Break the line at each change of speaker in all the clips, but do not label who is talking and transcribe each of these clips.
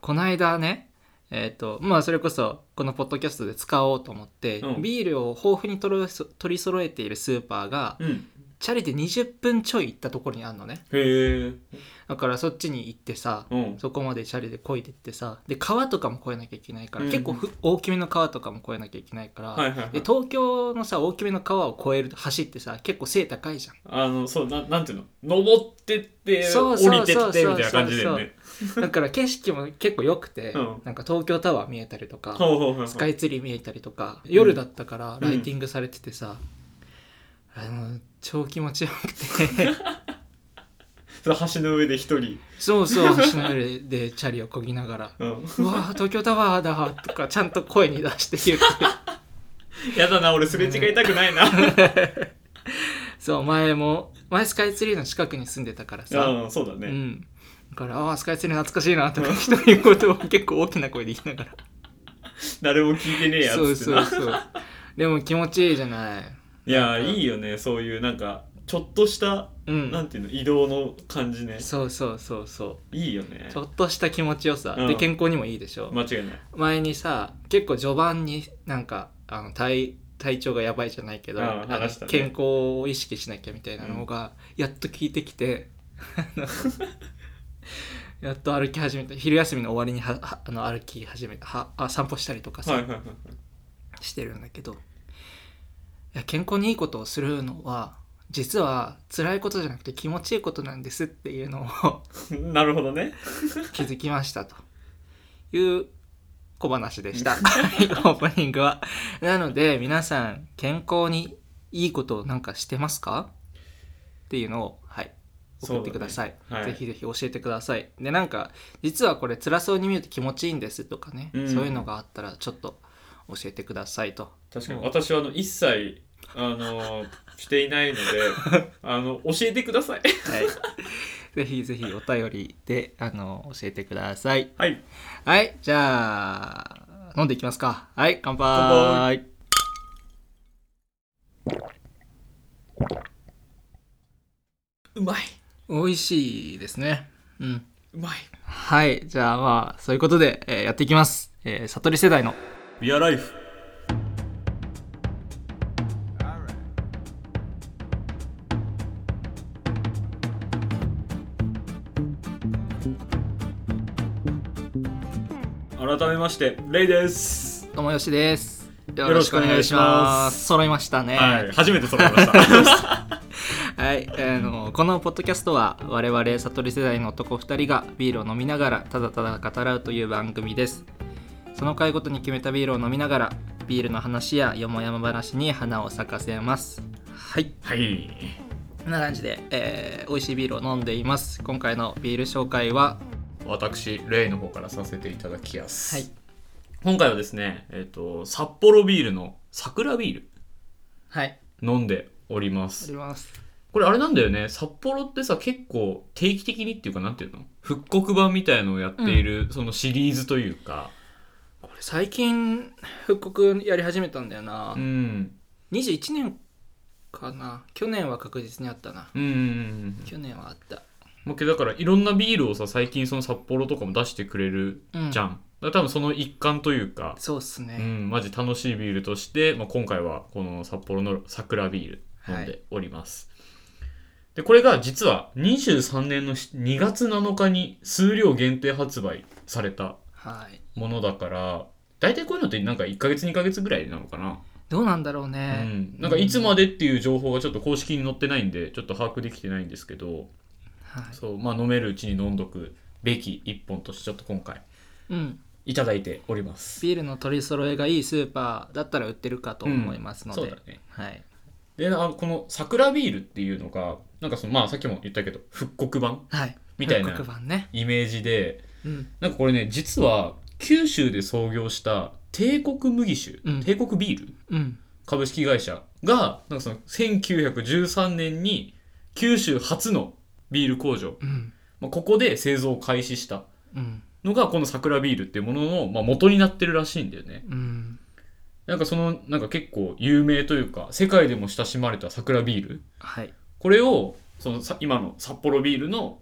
この間ねえっ、とまあそれこそこのポッドキャストで使おうと思って、
うん
ビールを豊富に取ろ取り揃えているスーパーが、
うん
チャリで20分ちょい行ったところにあるのね
へえ
だからそっちに行ってさ、
うん
そこまでチャリで漕いでってさで川とかも越えなきゃいけないから、
うん
結構ふ大きめの川とかも越えなきゃいけないから、
はいはいはい
で東京のさ大きめの川を越える走ってさ結構背高いじゃん
あのそうななんていうの登ってって
そ
降
うそう
りてってみたいな感じだよね
だから景色も結構良くて、
うん
なんか東京タワー見えたりとか、
ほうほうほう
スカイツリー見えたりとか夜だったからライティングされててさ、あの超気持ちよくて
その橋の上で一人、
そうそう橋の上でチャリをこぎな がら
うん、
「うわー東京タワーだ」とかちゃんと声に出して言 って
やだな俺すれ違いたくないな
そう前も前スカイツリーの近くに住んでたからさ、
うんそうだ
う
ね、
ん、だから「ああースカイツリー懐かしいな」とか 独り言を結構大きな声で言いながら
誰も聞いてねえやつって
そ
な
うそうそうでも気持ちいいじゃない
いやいいよねそういうなんかちょっとした、
う
なん
ん
ていうの移動の感じね
そうそうそうそ
いいよね
うちょっとした気持ちよさ、
うん
で健康にもいいでしょ、
間違いない
前にさ結構序盤になんかあの体体調がやばいじゃないけど、
うん
あの
話したね
健康を意識しなきゃみたいなのが、やっと効いてきて やっと歩き始めた昼休みの終わりにははあの歩き始めたはあ散歩したりとかさ、
はいはいはい
してるんだけどいや健康にいいことをするのは実は辛いことじゃなくて気持ちいいことなんですっていうのを
はい なるほどね
気づきましたという小話でした。はいオープニングは。なので皆さん健康にいいことをなんかしてますかっていうのを、はい、送ってください、
そうだねはい
ぜひぜひ教えてください。でなんか実はこれ辛そうに見えて気持ちいいんですとかね、
うん
そういうのがあったらちょっと教えてくださいと。
確かに私はあの一切あのしていないの であの教えてください
はい。 ぜひぜひお便りで、あの、教えてください。
はい
はい、じゃあ、飲んでいきますか。はい、乾杯。
乾うまい
美味しいですね。うん。
うまい
はい、じゃあまあ、そういうことで、えーやっていきます。えー、悟り世代の。
We are life 改めましてレイです、
友よしです。よ
ろしくお願いします
す。揃いましたね。
はい初めて揃いました
はい、あのこのポッドキャストは我々悟り世代の男2人がビールを飲みながらただただ語らうという番組ですその回ごとに決めたビールを飲みながらビールの話やよもやま話に花を咲かせますはい
はい
こんな感じで、えー美味しいビールを飲んでいます今回のビール紹介は
私レイの方からさせていただきます、
はい
今回はですね、えっと札幌ビールの桜ビール
はい
飲んでおりま
あ
す
ります
これあれなんだよね札幌ってさ結構定期的にっていうかなんていうの復刻版みたいのをやっている、そのシリーズというか
これ最近復刻やり始めたんだよな、
うん
21年かな去年は確実にあったな
うんうんうん
去年はあった
もうけどだからいろんなビールをさ最近その札幌とかも出してくれるじゃん、だから多分その一環というか
そうっすね、
うんマジ楽しいビールとして、まあ、今回はこの札幌の桜ビール飲んでおります、でこれが実は23年の2月7日に数量限定発売された
はい
ものだから大体こういうのってなんか1ヶ月2ヶ月ぐらいなのかな、
どうなんだろう
う
ね。
ん、なんかいつまでっていう情報がちょっと公式に載ってないんでちょっと把握できてないんですけど
はい、
そうまあ飲めるうちに飲んどくべき一本としてちょっと今回
うん、
いただいております
ビールの取り揃えがいいスーパーだったら売ってるかと思いますので、
そうだね
はい、
であこの桜ビールっていうのがなんかそのまあさっきも言ったけど復刻版
はい、
みたいな
復刻版ね、
イメージで
うん、
なんかこれね実は九州で創業した帝国麦酒、
うん
帝国ビール
うん、
株式会社が、なんかその1913年に九州初のビール工場、
うん、
まあ、ここで製造を開始した
うん、
のがこの桜ビールっていうものの、まあ、元になってるらしいんだよね。
うん、
なんかその、なんか結構有名というか、世界でも親しまれた桜ビール。
はい、
これを、そのさ今の札幌ビールの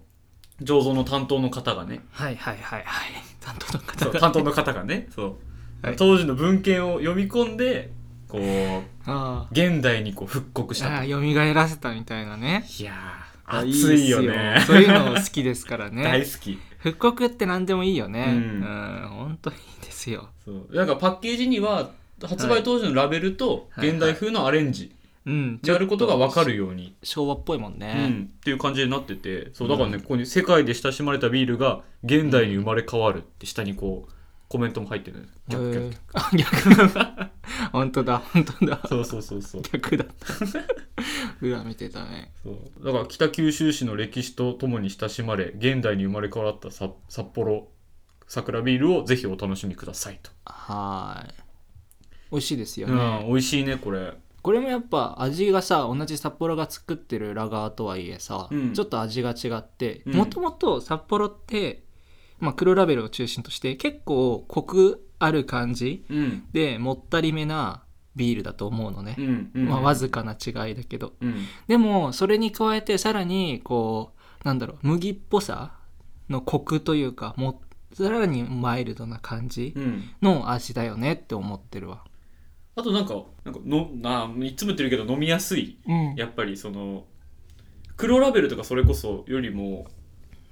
醸造の担当の方がね、
はい、はい、はい、はい、担当の方
そう
が
担当の方がねそう、
はい
当時の文献を読み込んでこう
ああ
現代にこう復刻した
あ
と
あ蘇らせたみたいなね
いやー熱いよ
い
ね
いっすよそういうの好きですから ね
大好き
復刻って何でもいいよねう
う
んん本当にいいですよ
そうなんかパッケージには発売当時のラベルと
はい
現代風のアレンジ
うん
でやることが分かるように、
昭和っぽいもん
う
ね、
んっていう感じになっててそうだからね、ここに「世界で親しまれたビールが現代に生まれ変わる」って下にこうコメントも入ってるのよ
へ
逆逆
えあ逆だ 本当だ本当だ
そうそうそうそう
逆だった 裏見てたね
そうだから北九州市の歴史とともに親しまれ現代に生まれ変わったさ札幌桜ビールをぜひお楽しみくださいと、
はーい美味しいですよ
う
ね、
ん、美味しいねこれ
これもやっぱ味がさ同じ札幌が作ってるラガーとはいえさ、
うん
ちょっと味が違って
うん
もともと札幌って、まあ、黒ラベルを中心として結構コクある感じ
うん
でもったりめなビールだと思うのね
う、んうん
まあ、わずかな違いだけど
うん
でもそれに加えてさらにこうなんだろう麦っぽさのコクというかもさらにマイルドな感じ
うん
の味だよねって思ってるわ、
あとなんかなんかのないつも言ってるけど飲みやすい
うん、
やっぱりその黒ラベルとかそれこそよりも、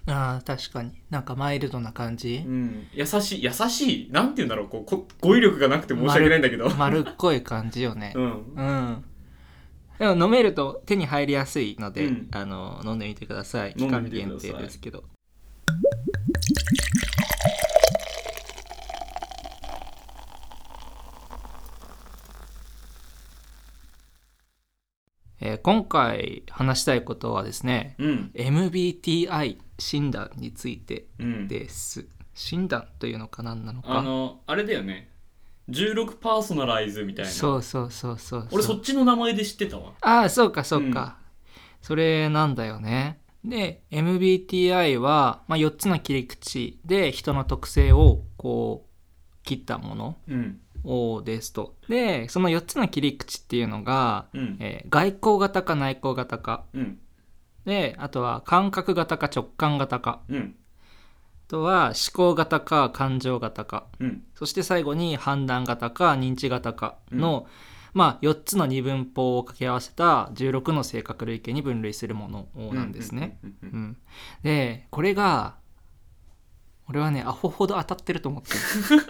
あー確かになんかマイルドな感じ
うん、優しい優しいなんて言うんだろうこうこ語彙力がなくて申し訳ないんだけど、
丸っこい感じよね
うん
うんでも飲めると手に入りやすいので、
うん
あの飲んでみてください期
飲んで
間
みてく
限
ださい
定ですけどえー今回話したいことはですね
うん
MBTI 診断について
うん
です診断というのか何なのか
あのあれだよね16パーソナライズみたいな
そうそうそうそう
俺そっちの名前で知ってたわ
ああそうかそうか、それなんだよねで MBTI は、まあ、4つの切り口で人の特性をこう切ったもの
うん
をですとでその4つの切り口っていうのが、
うん
えー外交型か内向型か
うん
であとは感覚型か直感型か
うん
あとは思考型か感情型か
うん
そして最後に判断型か認知型かの、まあ、4つの二分法を掛け合わせた16の性格類型に分類するものなんですね。
うんうん
う
うん
んでこれが俺はねアホほど当たってると思って る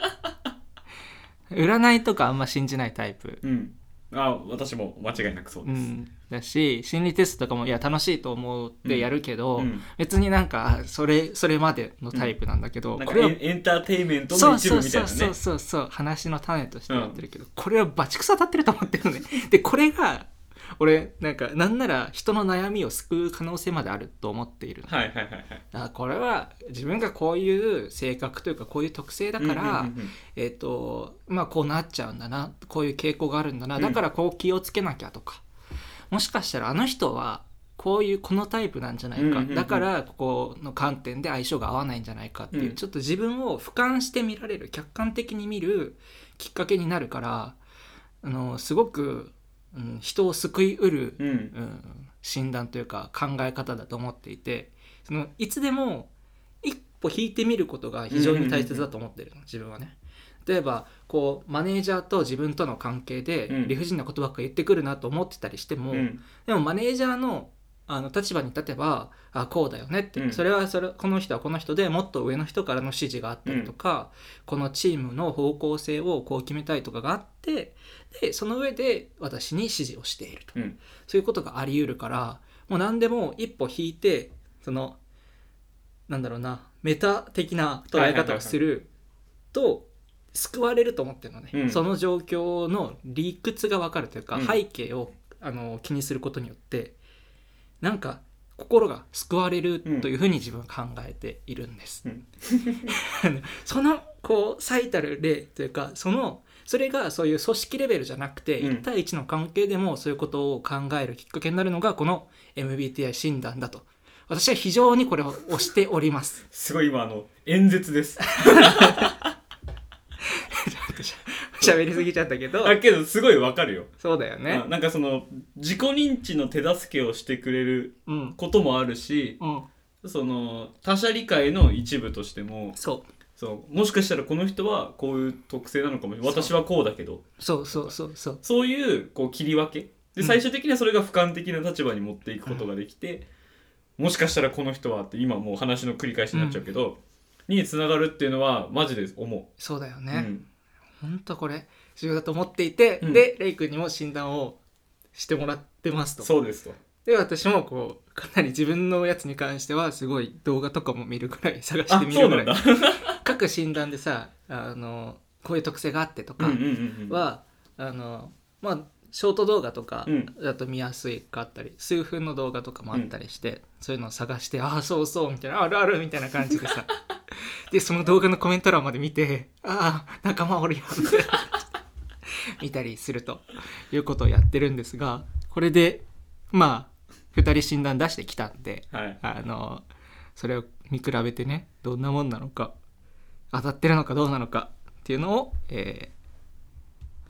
占いとかあんま信じないタイプ、
うん、うんあ私も間違いなくそう
う
です、
ん、だし心理テストとかもいや楽しいと思ってやるけど、
うん
別になんかそれそれまでのタイプなんだけど、
なん
こ
か
れは
エンエンターテインメントの一部みたいな
そうそう
ね
そうそうそう話の種としてやってるけど、これはバチクソ当たってると思ってるのねでこれが俺なんかなんなら人の悩みを救う可能性まであると思っているの
はいはいはいはい
あこれは自分がこういう性格というかこういう特性だから、
うんうんうんうん
えっ、とまあこうなっちゃうんだなこういう傾向があるんだな
うん
だからこう気をつけなきゃとか、もしかしたらあの人はこういうこのタイプなんじゃないか、
うんうんうん
だからここの観点で相性が合わないんじゃないかっていう、
うん
ちょっと自分を俯瞰して見られる客観的に見るきっかけになるからあのすごく、うん、人を救いうる
うん
うん、診断というか考え方だと思っていてそのいつでも一歩引いてみることが非常に大切だと思ってるの、自分はね。例えばこうマネージャーと自分との関係で
うん
理不尽なことばっか言ってくるなと思ってたりしても、
うん
でもマネージャーのあの立場に立てばあこうだよねって、
うん
それはそれこの人はこの人でもっと上の人からの指示があったりとか、このチームの方向性をこう決めたいとかがあってでその上で私に指示をしていると、
うん
そういうことがあり得るからもう何でも一歩引いてそのなんだろうなメタ的な捉え方をすると救われると思ってるのね、
うん
その状況の理屈が分かるというか、
うん
背景をあの気にすることによってなんか心が救われるというふうに自分は考えているんです。
うん
あの そのこう最たる例というかそのそれがそういう組織レベルじゃなくて、
うん
1対1の関係でもそういうことを考えるきっかけになるのがこの MBTI 診断だと私は非常にこれを推しており ます。
すごい今あの演説です
喋りすぎちゃったけど
だけどすごいわかるよ
そうだよね
うん。なんかその自己認知の手助けをしてくれる
うん。
こともあるし
うん。
その他者理解の一部としても
そ
そうもしかしたらこの人はこういう特性なのかもしれない私はこうだけど
そうそうそうそう
そういうこう切り分け
う
で
ん
最終的にはそれが俯瞰的な立場に持っていくことができて、もしかしたらこの人はって今もう話の繰り返しになっちゃうけど、につながるっていうのはマジで思
そうだよ
う、
ね、ほんとこれ重要だと思っていて、
うん
でレイ君にも診断をしてもらってます
うん、
と
そうですと
で私もこうかなり自分のやつに関してはすごい動画とかも見るくらい探し
あ
てみ
そ
る
う
ぐ
な
ら
ん
い
だ
各診断でさあのこういう特性があってと
うん
か
うんうんうん
は、あのまあショート動画とか
うん
だと見やすいかったり、数分の動画とかもあったりして、そういうのを探してああそうそうみたいなあるあるみたいな感じでさ でその動画のコメント欄まで見てああ仲間おるやんみたいな 見たりするということをやってるんですがこれでまあ2人診断出してきたんで
はい
あのそれを見比べてねどんなもんなのか当たってるのかどうなのかっていうのを、えー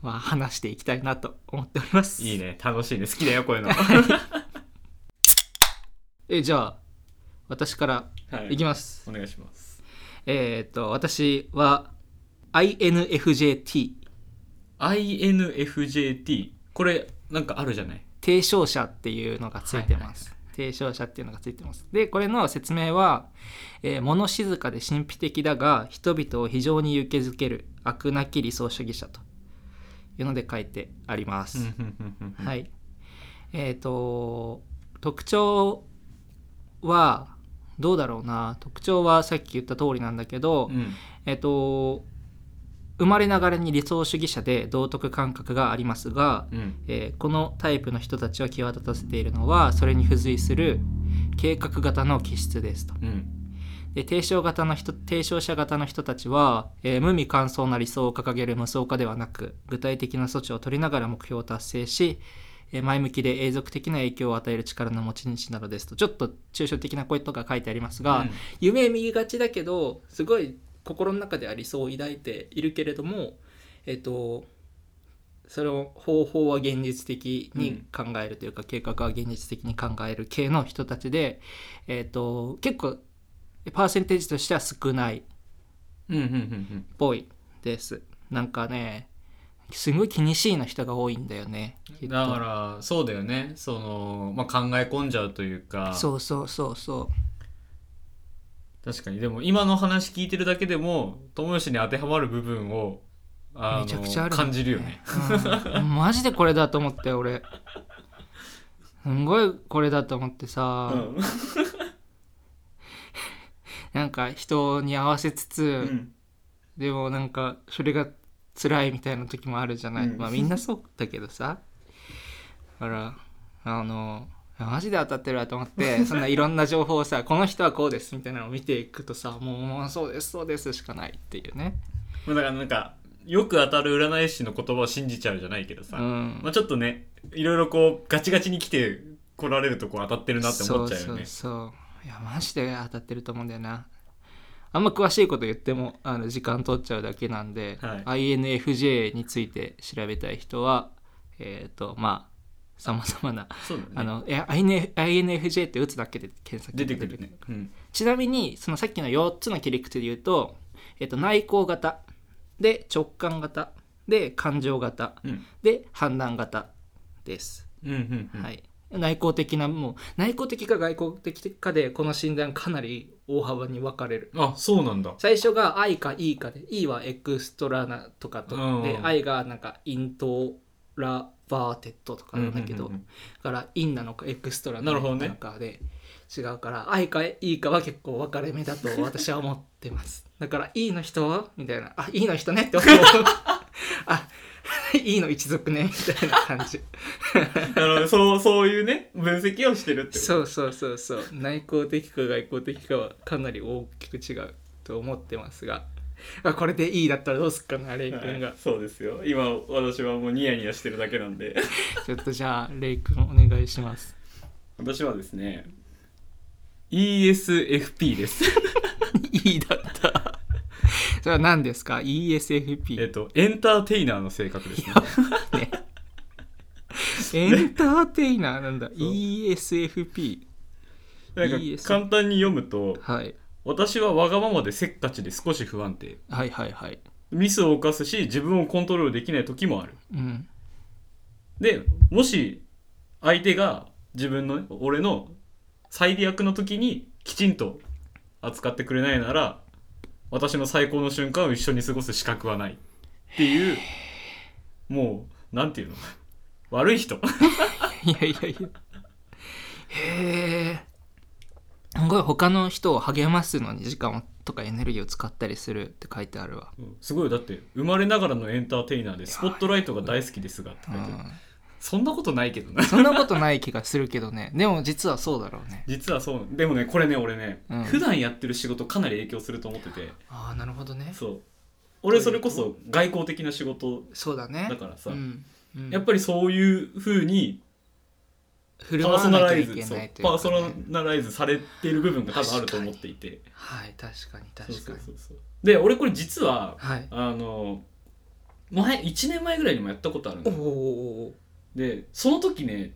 まあ、話していきたいなと思っております
いいね楽しいね好きだよこういうの
えじゃあ私から
はい
いきます、
お願いします
えっ、と私は INFJT
INFJT これなんかあるじゃない
提唱者っていうのがついてます、提唱者っていうのがついてますでこれの説明は、えー物静かで神秘的だが人々を非常に勇気づける悪なき理想主義者というので書いてあります、はいいえっ、と特徴はどうだろうな特徴はさっき言った通りなんだけど、
うん
えっと生まれながらに理想主義者で道徳感覚がありますが、
うん
えーこのタイプの人たちを際立たせているのはそれに付随する計画型の気質ですと。
うん
で提唱型の人提唱者型の人たちは、えー無味乾燥な理想を掲げる無双家ではなく具体的な措置を取りながら目標を達成し、えー前向きで永続的な影響を与える力の持ち主なのですとちょっと抽象的な声とか書いてありますが、
うん
夢見がちだけどすごい心の中では理想を抱いているけれどもえっ、とその方法は現実的に考えるというか、計画は現実的に考える系の人たちで、えっと結構パーセンテージとしては少ないっ
うんうんうん
ぽいですなんかねすごい気にしいな人が多いんだよねき
う
っと
んだからそうだよねその、まあ、考え込んじゃうというか
そうそうそうそう
確かにでも今の話聞いてるだけでも友吉に当てはまる部分をあの
めちゃくちゃある、
感じるよね、
うんマジでこれだと思って俺すんごいこれだと思ってさ、なんか人に合わせつつ、
うん
でもなんかそれが辛いみたいな時もあるじゃない、
うん
まあみんなそうだけどさだからあのマジで当たってるわと思ってそんないろんな情報を さこの人はこうですみたいなのを見ていくとさもうもうそうですそうですしかないっていうね
まあだからなんかよく当たる占い師の言葉を信じちゃうじゃないけどさ、
うん
まあ、ちょっとねいろいろこうガチガチに来て来られるとこう当たってるなって思っちゃうよね
そうそうそういやマジで当たってると思うんだよなあんま詳しいこと言ってもあの時間取っちゃうだけなんで、
は
INFJ について調べたい人はえっ、とまあさまざまな、
そうだね
あのいや INF INFJ って打つだけで検索
出てくるね、うん
ちなみにそのさっきの4つの切り口で言うと,、えっと内向型で直感型で感情型
うん
で判断型です
うんうんうん
はい、内向的なもう内向的か外向的かでこの診断かなり大幅に分かれる
あそうなんだ
最初が愛か E かで E はエクストラなとかと、
うん
で愛がなんかイントラバーテッドとかなんだけど、
うんうんうん
だからインなのかエクストラ
な
な
るほど
の
ね
かで違うから愛か E かは結構分かれ目だと私は思ってますだから E の人はみたいなあ E の人ねって 思うあ E の一族ねみたいな感じ
なるほどそうそういうね分析をしてるってこと
そうそうそうそう内向的か外向的かはかなり大きく違うと思ってますがあこれでいいだったらどうすっかなレイ
はい
君が、
そうですよ今私はもうニヤニヤしてるだけなんで
ちょっとじゃあレイ君お願いします
私はですね ESFP です
いいだったそれは何ですか
えっ
ESFP
とエンターテイナーの性格ですね
エンターテイナーなんだ ESFP
なんか
ES
簡単に読むと
はい
私はわがままでせっかちで少し不安定
はいはいはい
ミスを犯すし自分をコントロールできない時もある
うん
でもし相手が自分の俺の最悪の時にきちんと扱ってくれないなら私の最高の瞬間を一緒に過ごす資格はないっていうもうなんていうの悪い人
いやいやいやへえすごい他の人を励ますのに時間をとかエネルギーを使ったりするって書いてあるわ
うんすごいだって生まれながらのエンターテイナーでスポットライトが大好きですがって書いてある
う、
そんなことないけどなん
そんなことない気がするけどねで も実はそうだろうね
実はそうでもねこれね俺ね、
うん
普段やってる仕事かなり影響すると思ってて
ああなるほどね
そう俺それこそ外交的な仕事
そうだね
だからさ
うんうん、
やっぱりそういう風に
振
パ
る
ー
舞
ソ
わ
ナ
な
ラ
きゃ
イ
い
ズ
け
そう
ないという
パー
か、
ソ
ね、
ナライズされてる部分が多分あると思っていて
はい確かに確かに
そうそうそうそうで俺これ実は
はい
あの前1年前ぐらいにもやったことある
お
の
お
でその時ね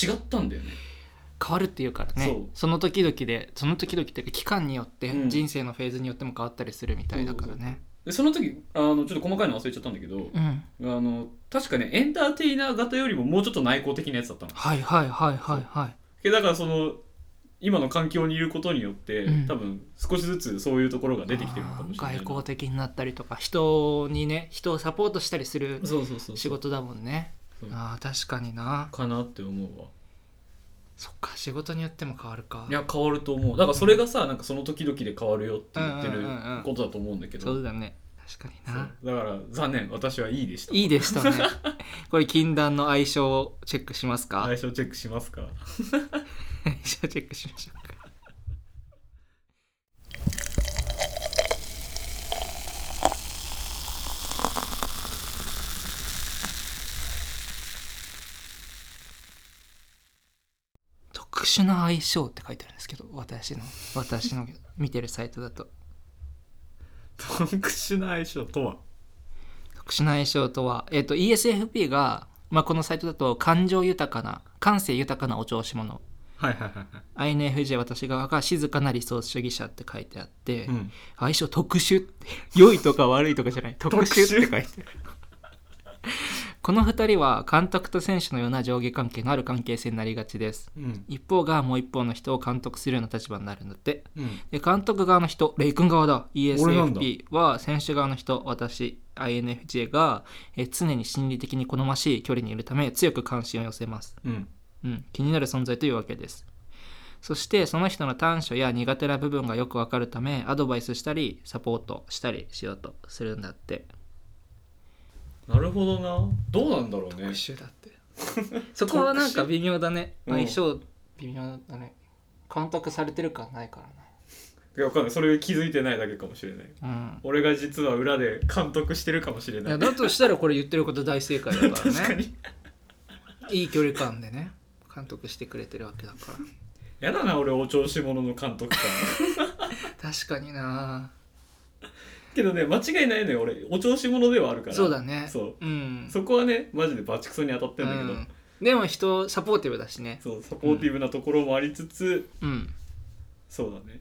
違ったんだよね
変わるっていうからね
そう
その時々でその時々っていうか期間によって、
うん
人生のフェーズによっても変わったりするみたいだからね
でその時あのちょっと細かいの忘れちゃったんだけど
うん
あの確かねエンターテイナー型よりももうちょっと内向的なやつだったの
はいはいはいはいはい
けだからその今の環境にいることによって、
うん
多分少しずつそういうところが出てきてるのかもしれない
あ
な
ー外交的になったりとか人にね人をサポートしたりする
そうそうそう
仕事だもんね
そう
あー確かにな
かなって思うわ
そっか仕事によっても変わるか
いや変わると思うだからそれがさなんかその時々で変わるよって言って
う
る
んうんうんうん
ことだと思うんだけど、
そうだね確かに
そ
な
うだから残念私はいいでした
いいでしたねこれ禁断の相性をチェックしますか
相性チェックしますか
相性チェックしましょうか特殊な相性って書いてあるんですけど私の私の見てるサイトだと
特殊な相性とは
特殊な相性とは、えっと ESFP が、まあ、このサイトだと感情豊かな感性豊かなお調子者
はいはいはいは
INFJ 私側が静かな理想主義者って書いてあって、
い、うん、
相性特殊って良いとか悪いとかじゃない特殊って書いてあるこの2人は監督と選手のような上下関係のある関係性になりがちです
うん
一方がもう一方の人を監督するような立場になるんだって
うん
で監督側の人レイ君側だ
俺なんだ
ESFP は選手側の人私 INFJ がえー常に心理的に好ましい距離にいるため強く関心を寄せます
うん
うん、気になる存在というわけですそしてその人の短所や苦手な部分がよくわかるためアドバイスしたりサポートしたりしようとするんだって
なるほどなどうなんだろうね
殊だって そこはなんか微妙だね
特殊
相性微妙だね監督されてる感ないからね
いやわかんないそれ気づいてないだけかもしれない
うん
俺が実は裏で監督してるかもしれ
い
な
や
い
だとしたらこれ言ってること大正解 だから
確か
ね
に
いい距離感でね監督してくれてるわけだから
やだな俺お調子者の監督か
確かにな
けどね間違いないのよ俺お調子者ではあるから
そうだね、
そう
ん、
そこはねマジでバチクソに当たってんだけど、
うんでも人サポーティブだしね
そうサポーティブなところもありつつ、
うん
そうだね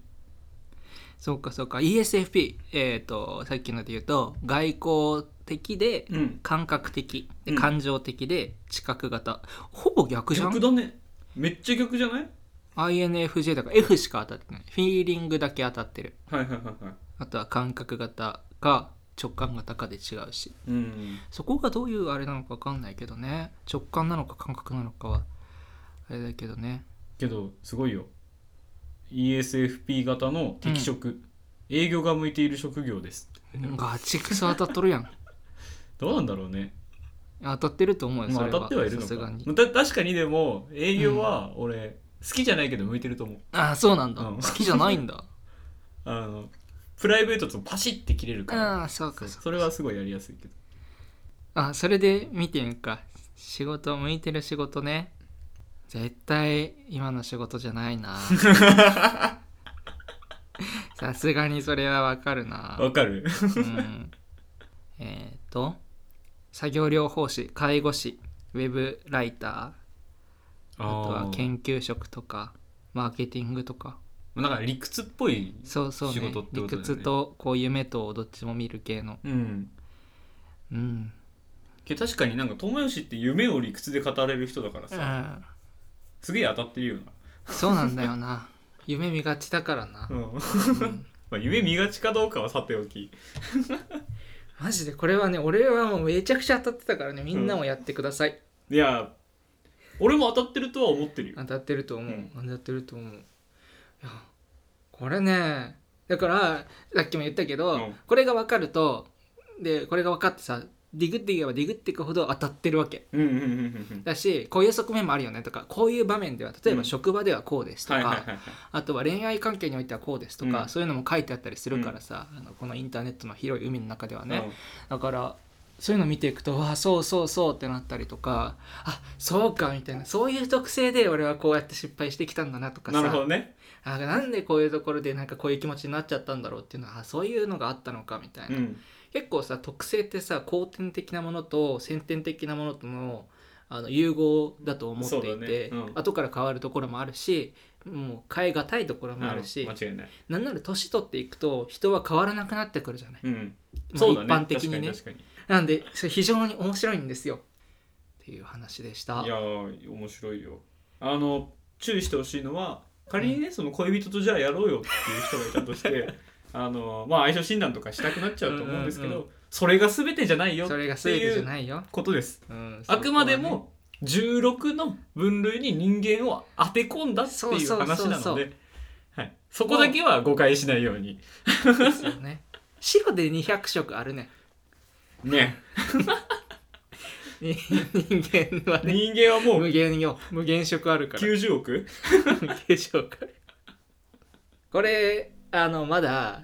そうかそうか ESFP、えっとさっきので言うと外交的で
うん
感覚的、で
うん
感情的で知覚型ほぼ逆じゃ
逆
ん
だねめっちゃ逆じゃない
INFJ だから F しか当たってないフィーリングだけ当たってる
はいはいはいはい
あとは感覚型か直感型かで違うし
うん
そこがどういうあれなのか分かんないけどね直感なのか感覚なのかはあれだけどね
けどすごいよ ESFP 型の適職、営業が向いている職業です
ガチクソ当たっとるやん
どうなんだろうね
当たってると思うよそ
まあ
れ
当た
は
ってはいる
さ
の
すが
か
に
た確かにでも営業は俺好きじゃないけど向いてると思う
ああそうなんだ
うん
好きじゃない んだ
あのプライベートとパシッて切れるから
ああそうかそうか
それはすごいやりやすいけど
あそれで見てみるか仕事向いてる仕事ね絶対今の仕事じゃない なさすがにそれはわかるな
わかる
うんえっ、と作業療法士介護士ウェブライターあとは
ー
研究職とかマーケティングとか
まあなんか理屈っぽい
そうそう、ね、
仕事ってことだよ
理
ね
屈とこう夢とどっちも見る系の
うん
うん
けど確かになんか友吉って夢を理屈で語れる人だから
う
さ、
ん
すげえ当たってるよな、
そうなんだよな夢見がちだからな、
うん、
うん
まあ夢見がちかどうかはさておき
マジでこれはね俺はもうめちゃくちゃ当たってたからねみんなもやってください、
いや俺も当たってるとは思ってるよ
当たってると思う、
うん
当たってると思ういやこれねだからさっきも言ったけど、
うん
これが分かるとでこれが分かってさディグっていけばディグっていくほど当たってるわけ
うんうんうんうんうん
だしこういう側面もあるよねとかこういう場面では例え
う
ば
ん
職場ではこうですとか、
はいはいはいはい
あとは恋愛関係においてはこうですとか、
うん
そういうのも書いてあったりするからさ、あのこのインターネットの広い海の中ではね、
うん
だからそういうの見ていくとわあそうそうそうってなったりとかあそうかみたいなそういう特性で俺はこうやって失敗してきたんだなとかさ
なるほどね
あなんでこういうところでなんかこういう気持ちになっちゃったんだろうっていうのはあそういうのがあったのかみたいな、
うん
結構さ特性ってさ後天的なものと先天的なものとのあの融合だと思ってい
そうだ
て、
ねうん
後から変わるところもあるしもう変え難いところもあるし、
間違いない
なんなら年取っていくと人は変わらなくなってくるじゃない、
うん
まあ
そうだね
一般的にね
確かに確
なんでそれ非常に面白いんですよっていう話でした
かにいやー面白いよあの注意してほしいのは仮にね、その恋人とじゃあやろうよっていう人がいたとして あのまあ相性診断とかしたくなっちゃうと思うんですけど
うんうん
それが全てじゃないよっ
それが
て
全てじゃ
いう
ないよ、
ことです
うん
あくまで
そこはね
も16の分類に人間を当て込んだって
そう
いう
そうそう
話
そう
なのではいそこだけは誤解しないように
ですよね白で200色あるね
ね
に人間はね
人間はも
無
う
限よ無限色あるから
90億
無限色あるこれあのまだ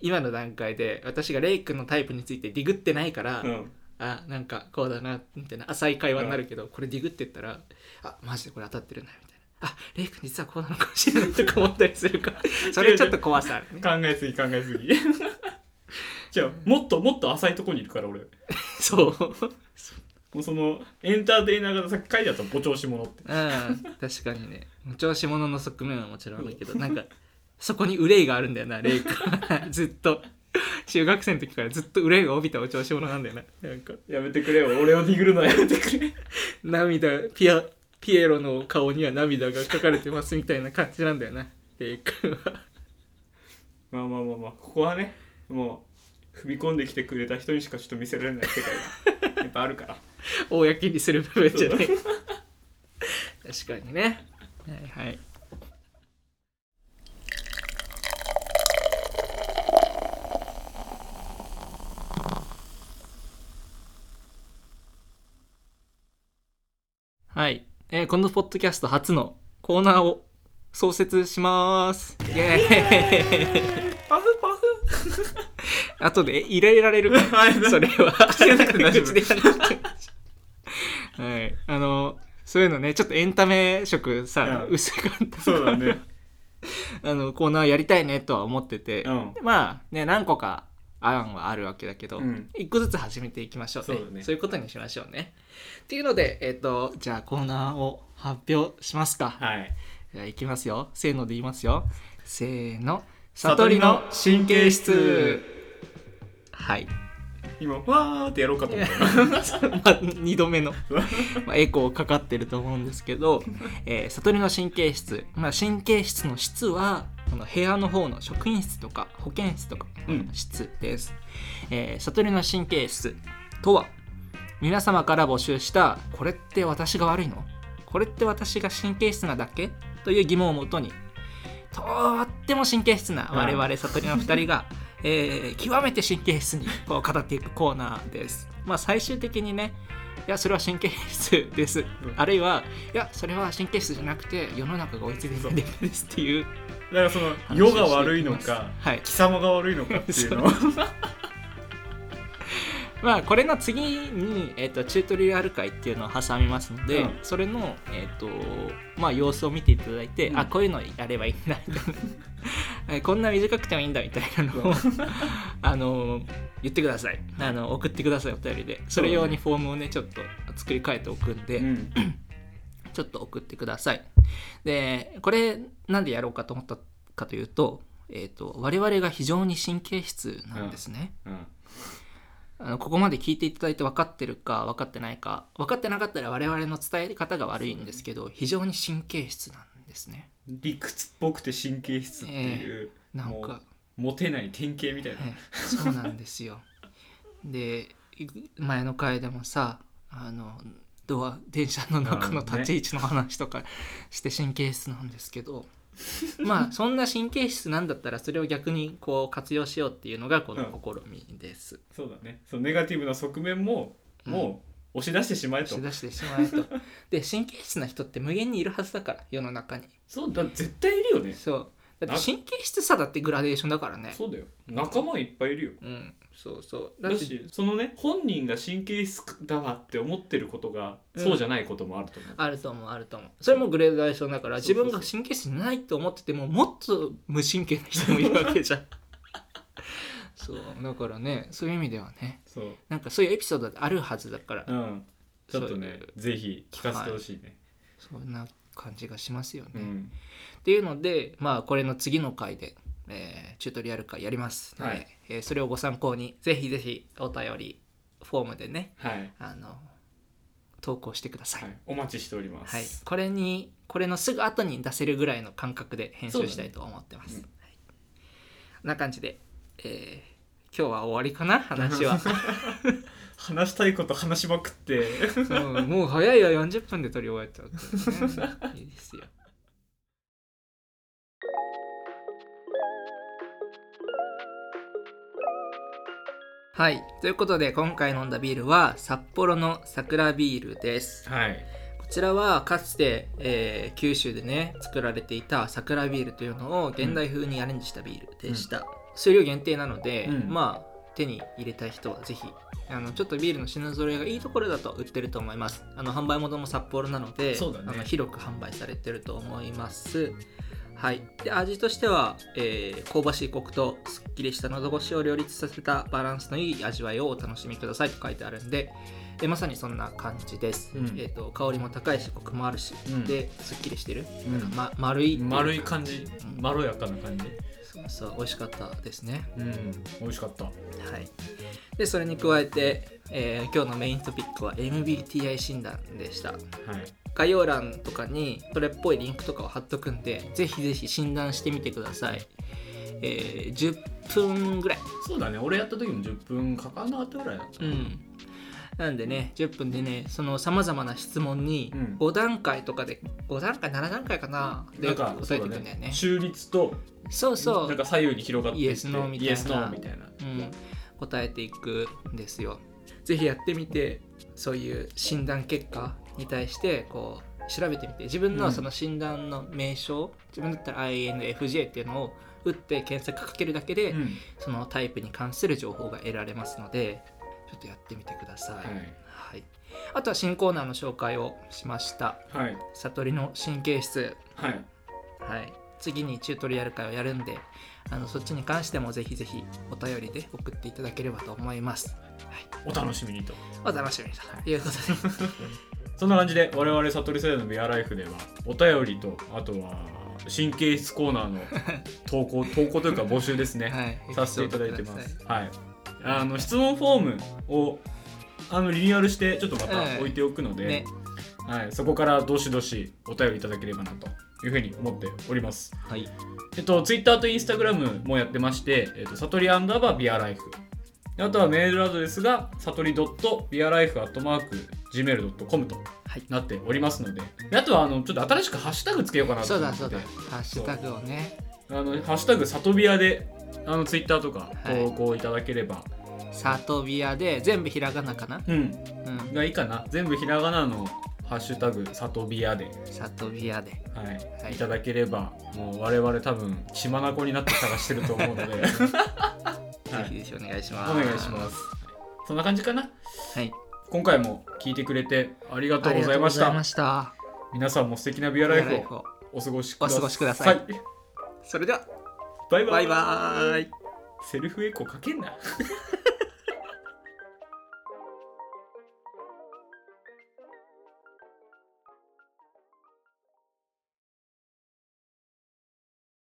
今の段階で私がレイ君のタイプについてディグってないから、
うん
あなんかこうだなみたいな浅い会話になるけど、これディグってったらあマジでこれ当たってるなみたいなあレイ君実はこうなのかもしれないとか思ったりするから それちょっと怖さあるね
考えすぎ考えすぎ じゃあもっともっと浅いとこにいるから俺も
そう
うそのエンターテイナーがさっき書いてあったご調子者って
うん確かにね調子者の側面はもちろんだけどなんかそこに憂いがあるんだよなレイ君 ずっと中学生の時からずっと憂いが帯びたお調子者なんだよななんか
やめてくれよ俺をディグるのはやめてくれ
涙ピアピエロの顔には涙が書かれてますみたいな感じなんだよなレイ君は
まあまあまあまあここはねもう踏み込んできてくれた人にしかちょっと見せられない世界 がやっぱあるから
公にする部分じゃない確かにねはいはいはい、えーこのポッドキャスト初のコーナーを創設しますイエーイ
パフパフ
後で入れられ るからそれは
口でやらなくて大丈夫
口でやらなくて大丈夫 はいあのそういうのねちょっとエンタメ色さ
うん
薄かった
そうだね
あのコーナーやりたいねとは思ってて、
うん
まあね何個か案はあるわけだけど、
うん
一個ずつ始めていきましょうね
そうだね
いうことにしましょうねっていうのでえっ、とじゃあコーナーを発表しますか、
はい
じゃあいきますよせーので言いますよせーの
悟りの神経質
はい
今わーってやろうかと思った
2度目の、まあ、エコーかかってると思うんですけど、えー悟りの神経質、まあ、神経質の質はこの部屋の方の職員室とか保健室とか
うん
質です、えー悟りの神経質とは皆様から募集した「これって私が悪いのこれって私が神経質なだけ?」という疑問をもとにとっても神経質な我々悟りの2人が、えー極めて神経質にこう語っていくコーナーです。まあ最終的にねいやそれは神経質です、あるいはいやそれは神経質じゃなくて世の中が追いついてないだけですっていう
だからその世が悪いのか
はい
貴様が悪いのかっていうのを
まあこれの次に、えー、とチュートリアル会っていうのを挟みますので、
うん
それの、えーとまあ、様子を見ていただいて、
うん
あこういうのやればいいんだみたいな えこんな短くてもいいんだみたいなのを あの言ってくださいあの送ってくださいお便りでそれ用にフォームをねちょっと作り変えておくんで、
うん
ちょっと送ってくださいでこれなんでやろうかと思ったかというと,、えー、と我々が非常に神経質なんですね、
うん
あのここまで聞いていただいて分かってるか分かってないか分かってなかったら我々の伝え方が悪いんですけど非常に神経質なんですね
理屈っぽくて神経質っていう、
なんか
モテない典型みたいな、
ええそうなんですよで前の回でもさあのドア電車の中の
あのね
立ち位置の話とかして神経質なんですけど、まあそんな神経質なんだったらそれを逆にこう活用しようっていうのがこの試みです。
そうだねそのネガティブな側面も、
うん
もう押し出してしまえ
押
と
し出してしまえと。で神経質な人って無限にいるはずだから世の中に。
そうだ絶対いるよね
そうだって神経質さだってグラデーションだからね。
そうだよ仲間いっぱいいるよ
うんそうそう。だ
だ
って
しそのね本人が神経質だわって思ってることが、
うん
そうじゃないこともあると思う
あると思うあると思うそれもグレードーションだから
そ
自
うそうそ
分
う
が神経質じゃないと思っててももっと無神経な人もいるわけじゃん そうだからねそういう意味ではね
そう
なんかそういうエピソードがあるはずだから
うんちょっとね
そう
ぜひ聞かせてほしいね、
そんな感じがしますよね、
う
っ
ん
ていうのでまあこれの次の回で、えーチュートリアル会やりますので、
はい
えーそれをご参考にぜひぜひお便りフォームでね
はい、
あの投稿してください、
はい、お待ちしております、
はい、これにこれのすぐ後に出せるぐらいの感覚で編集したいと思ってます、
そうだ
はい、こんな感じで、えー今日は終わりかな話 は
話したいこと話しまくって
そうもう早いよ40分で撮り終えちゃうからね、 いいですよはいということで今回飲んだビールは札幌の桜ビールです
はい
こちらはかつて、えー九州でね作られていた桜ビールというのを現代風にアレンジしたビールでした、数量限定なので、
うん
まあ手に入れたい人はぜひあのちょっとビールの品揃えがいいところだと売ってると思いますあの販売元も札幌なので、
そうだね
あの広く販売されてると思いますはい、で味としては、えー香ばしいコクとすっきりした喉越しを両立させたバランスのいい味わいをお楽しみくださいと書いてあるんで、えーまさにそんな感じです、
うん
えー、と香りも高いしコクもあるし、
うん
ですっきりしてる、
うん
なんかま、丸いってうか
丸い感じ
うん
まろやかな感じ
そうそう美味しかったですね
うん美味しかった
はいでそれに加えて、えー今日のメイントピックは MBTI 診断でした
はい
概要欄とかにそれっぽいリンクとかを貼っとくんでぜひぜひ診断してみてください、えー10分ぐらい
そうだね俺やった時も10分かかんなかったぐらいだった
う
な、
んなんでね10分でねそのさまざまな質問に
うん
5段階とかで5段階7段階かなで
なんか
答えていくんだよね
中立と
そうそ
なん
う
か左右に広がって
イエスノーみたいな
イエスノーみたいな
うん、答えていくんですよぜひやってみてそういう診断結果に対してこう調べてみて自分
う
の
ん
その診断の名称、自分だったら INFJ っていうのを打って検索かけるだけで、
うん
そのタイプに関する情報が得られますのでちょっとやってみてください、
は
はい、あとは新コーナーの紹介をしました
いはい
悟りの神経質
はい
はい次にチュートリアル会をやるんであのそっちに関してもぜひぜひお便りで送っていただければと思います、はい、
お楽しみにと
お楽しみにということで、
そんな感じで我々悟り世代のビアライフではお便りとあとは神経質コーナー の投稿投稿というか募集ですね、
はい、
させていただいてま
エピソ
すはいあの質問フォームをあのリニューアルしてちょっとま
う
た
ん
置いておく
ー
の
ドくださ
で、
いね
はい、そこからどしどしお便りいただければなというふうに思っております
はい
えっと、ツイッターとインスタグラムもやってまして、えっと、サトリアンダーバービアライフ。あとはメールアドレスが、サトリドットビアライフアットマーク gmail.com と
はい
なっておりますので、であとはあのちょっと新しくハッシュタグつけようかなと
そう
思っ
だ
て、
そうだハッシュタグをね
あのハッシュタグサトビアであのツイッターとか
はい
投稿いただければ、
サトビアで全部ひらがなかな
うん、
うん
がいいかな。全部ひらがなのハッシュタグサトビアで、
サトビアで
はい
はい
い、ただければ、もう我々多分血眼になって探してると思うの で、はい、
ぜひぜひお願いします
お願いします。そんな感じかな。
す、はい、
今回も聞いてくれてありがと
あ
う
り
ご
がと
ざいう
ご
まし
ざい
た
ま。した
皆さんも素敵なビアライフ
ビアライフ
を
を
お過ごしください。
お過ごしください
はい
それでは
バイバイ。
バイバーイ
セルフエコーかけんな。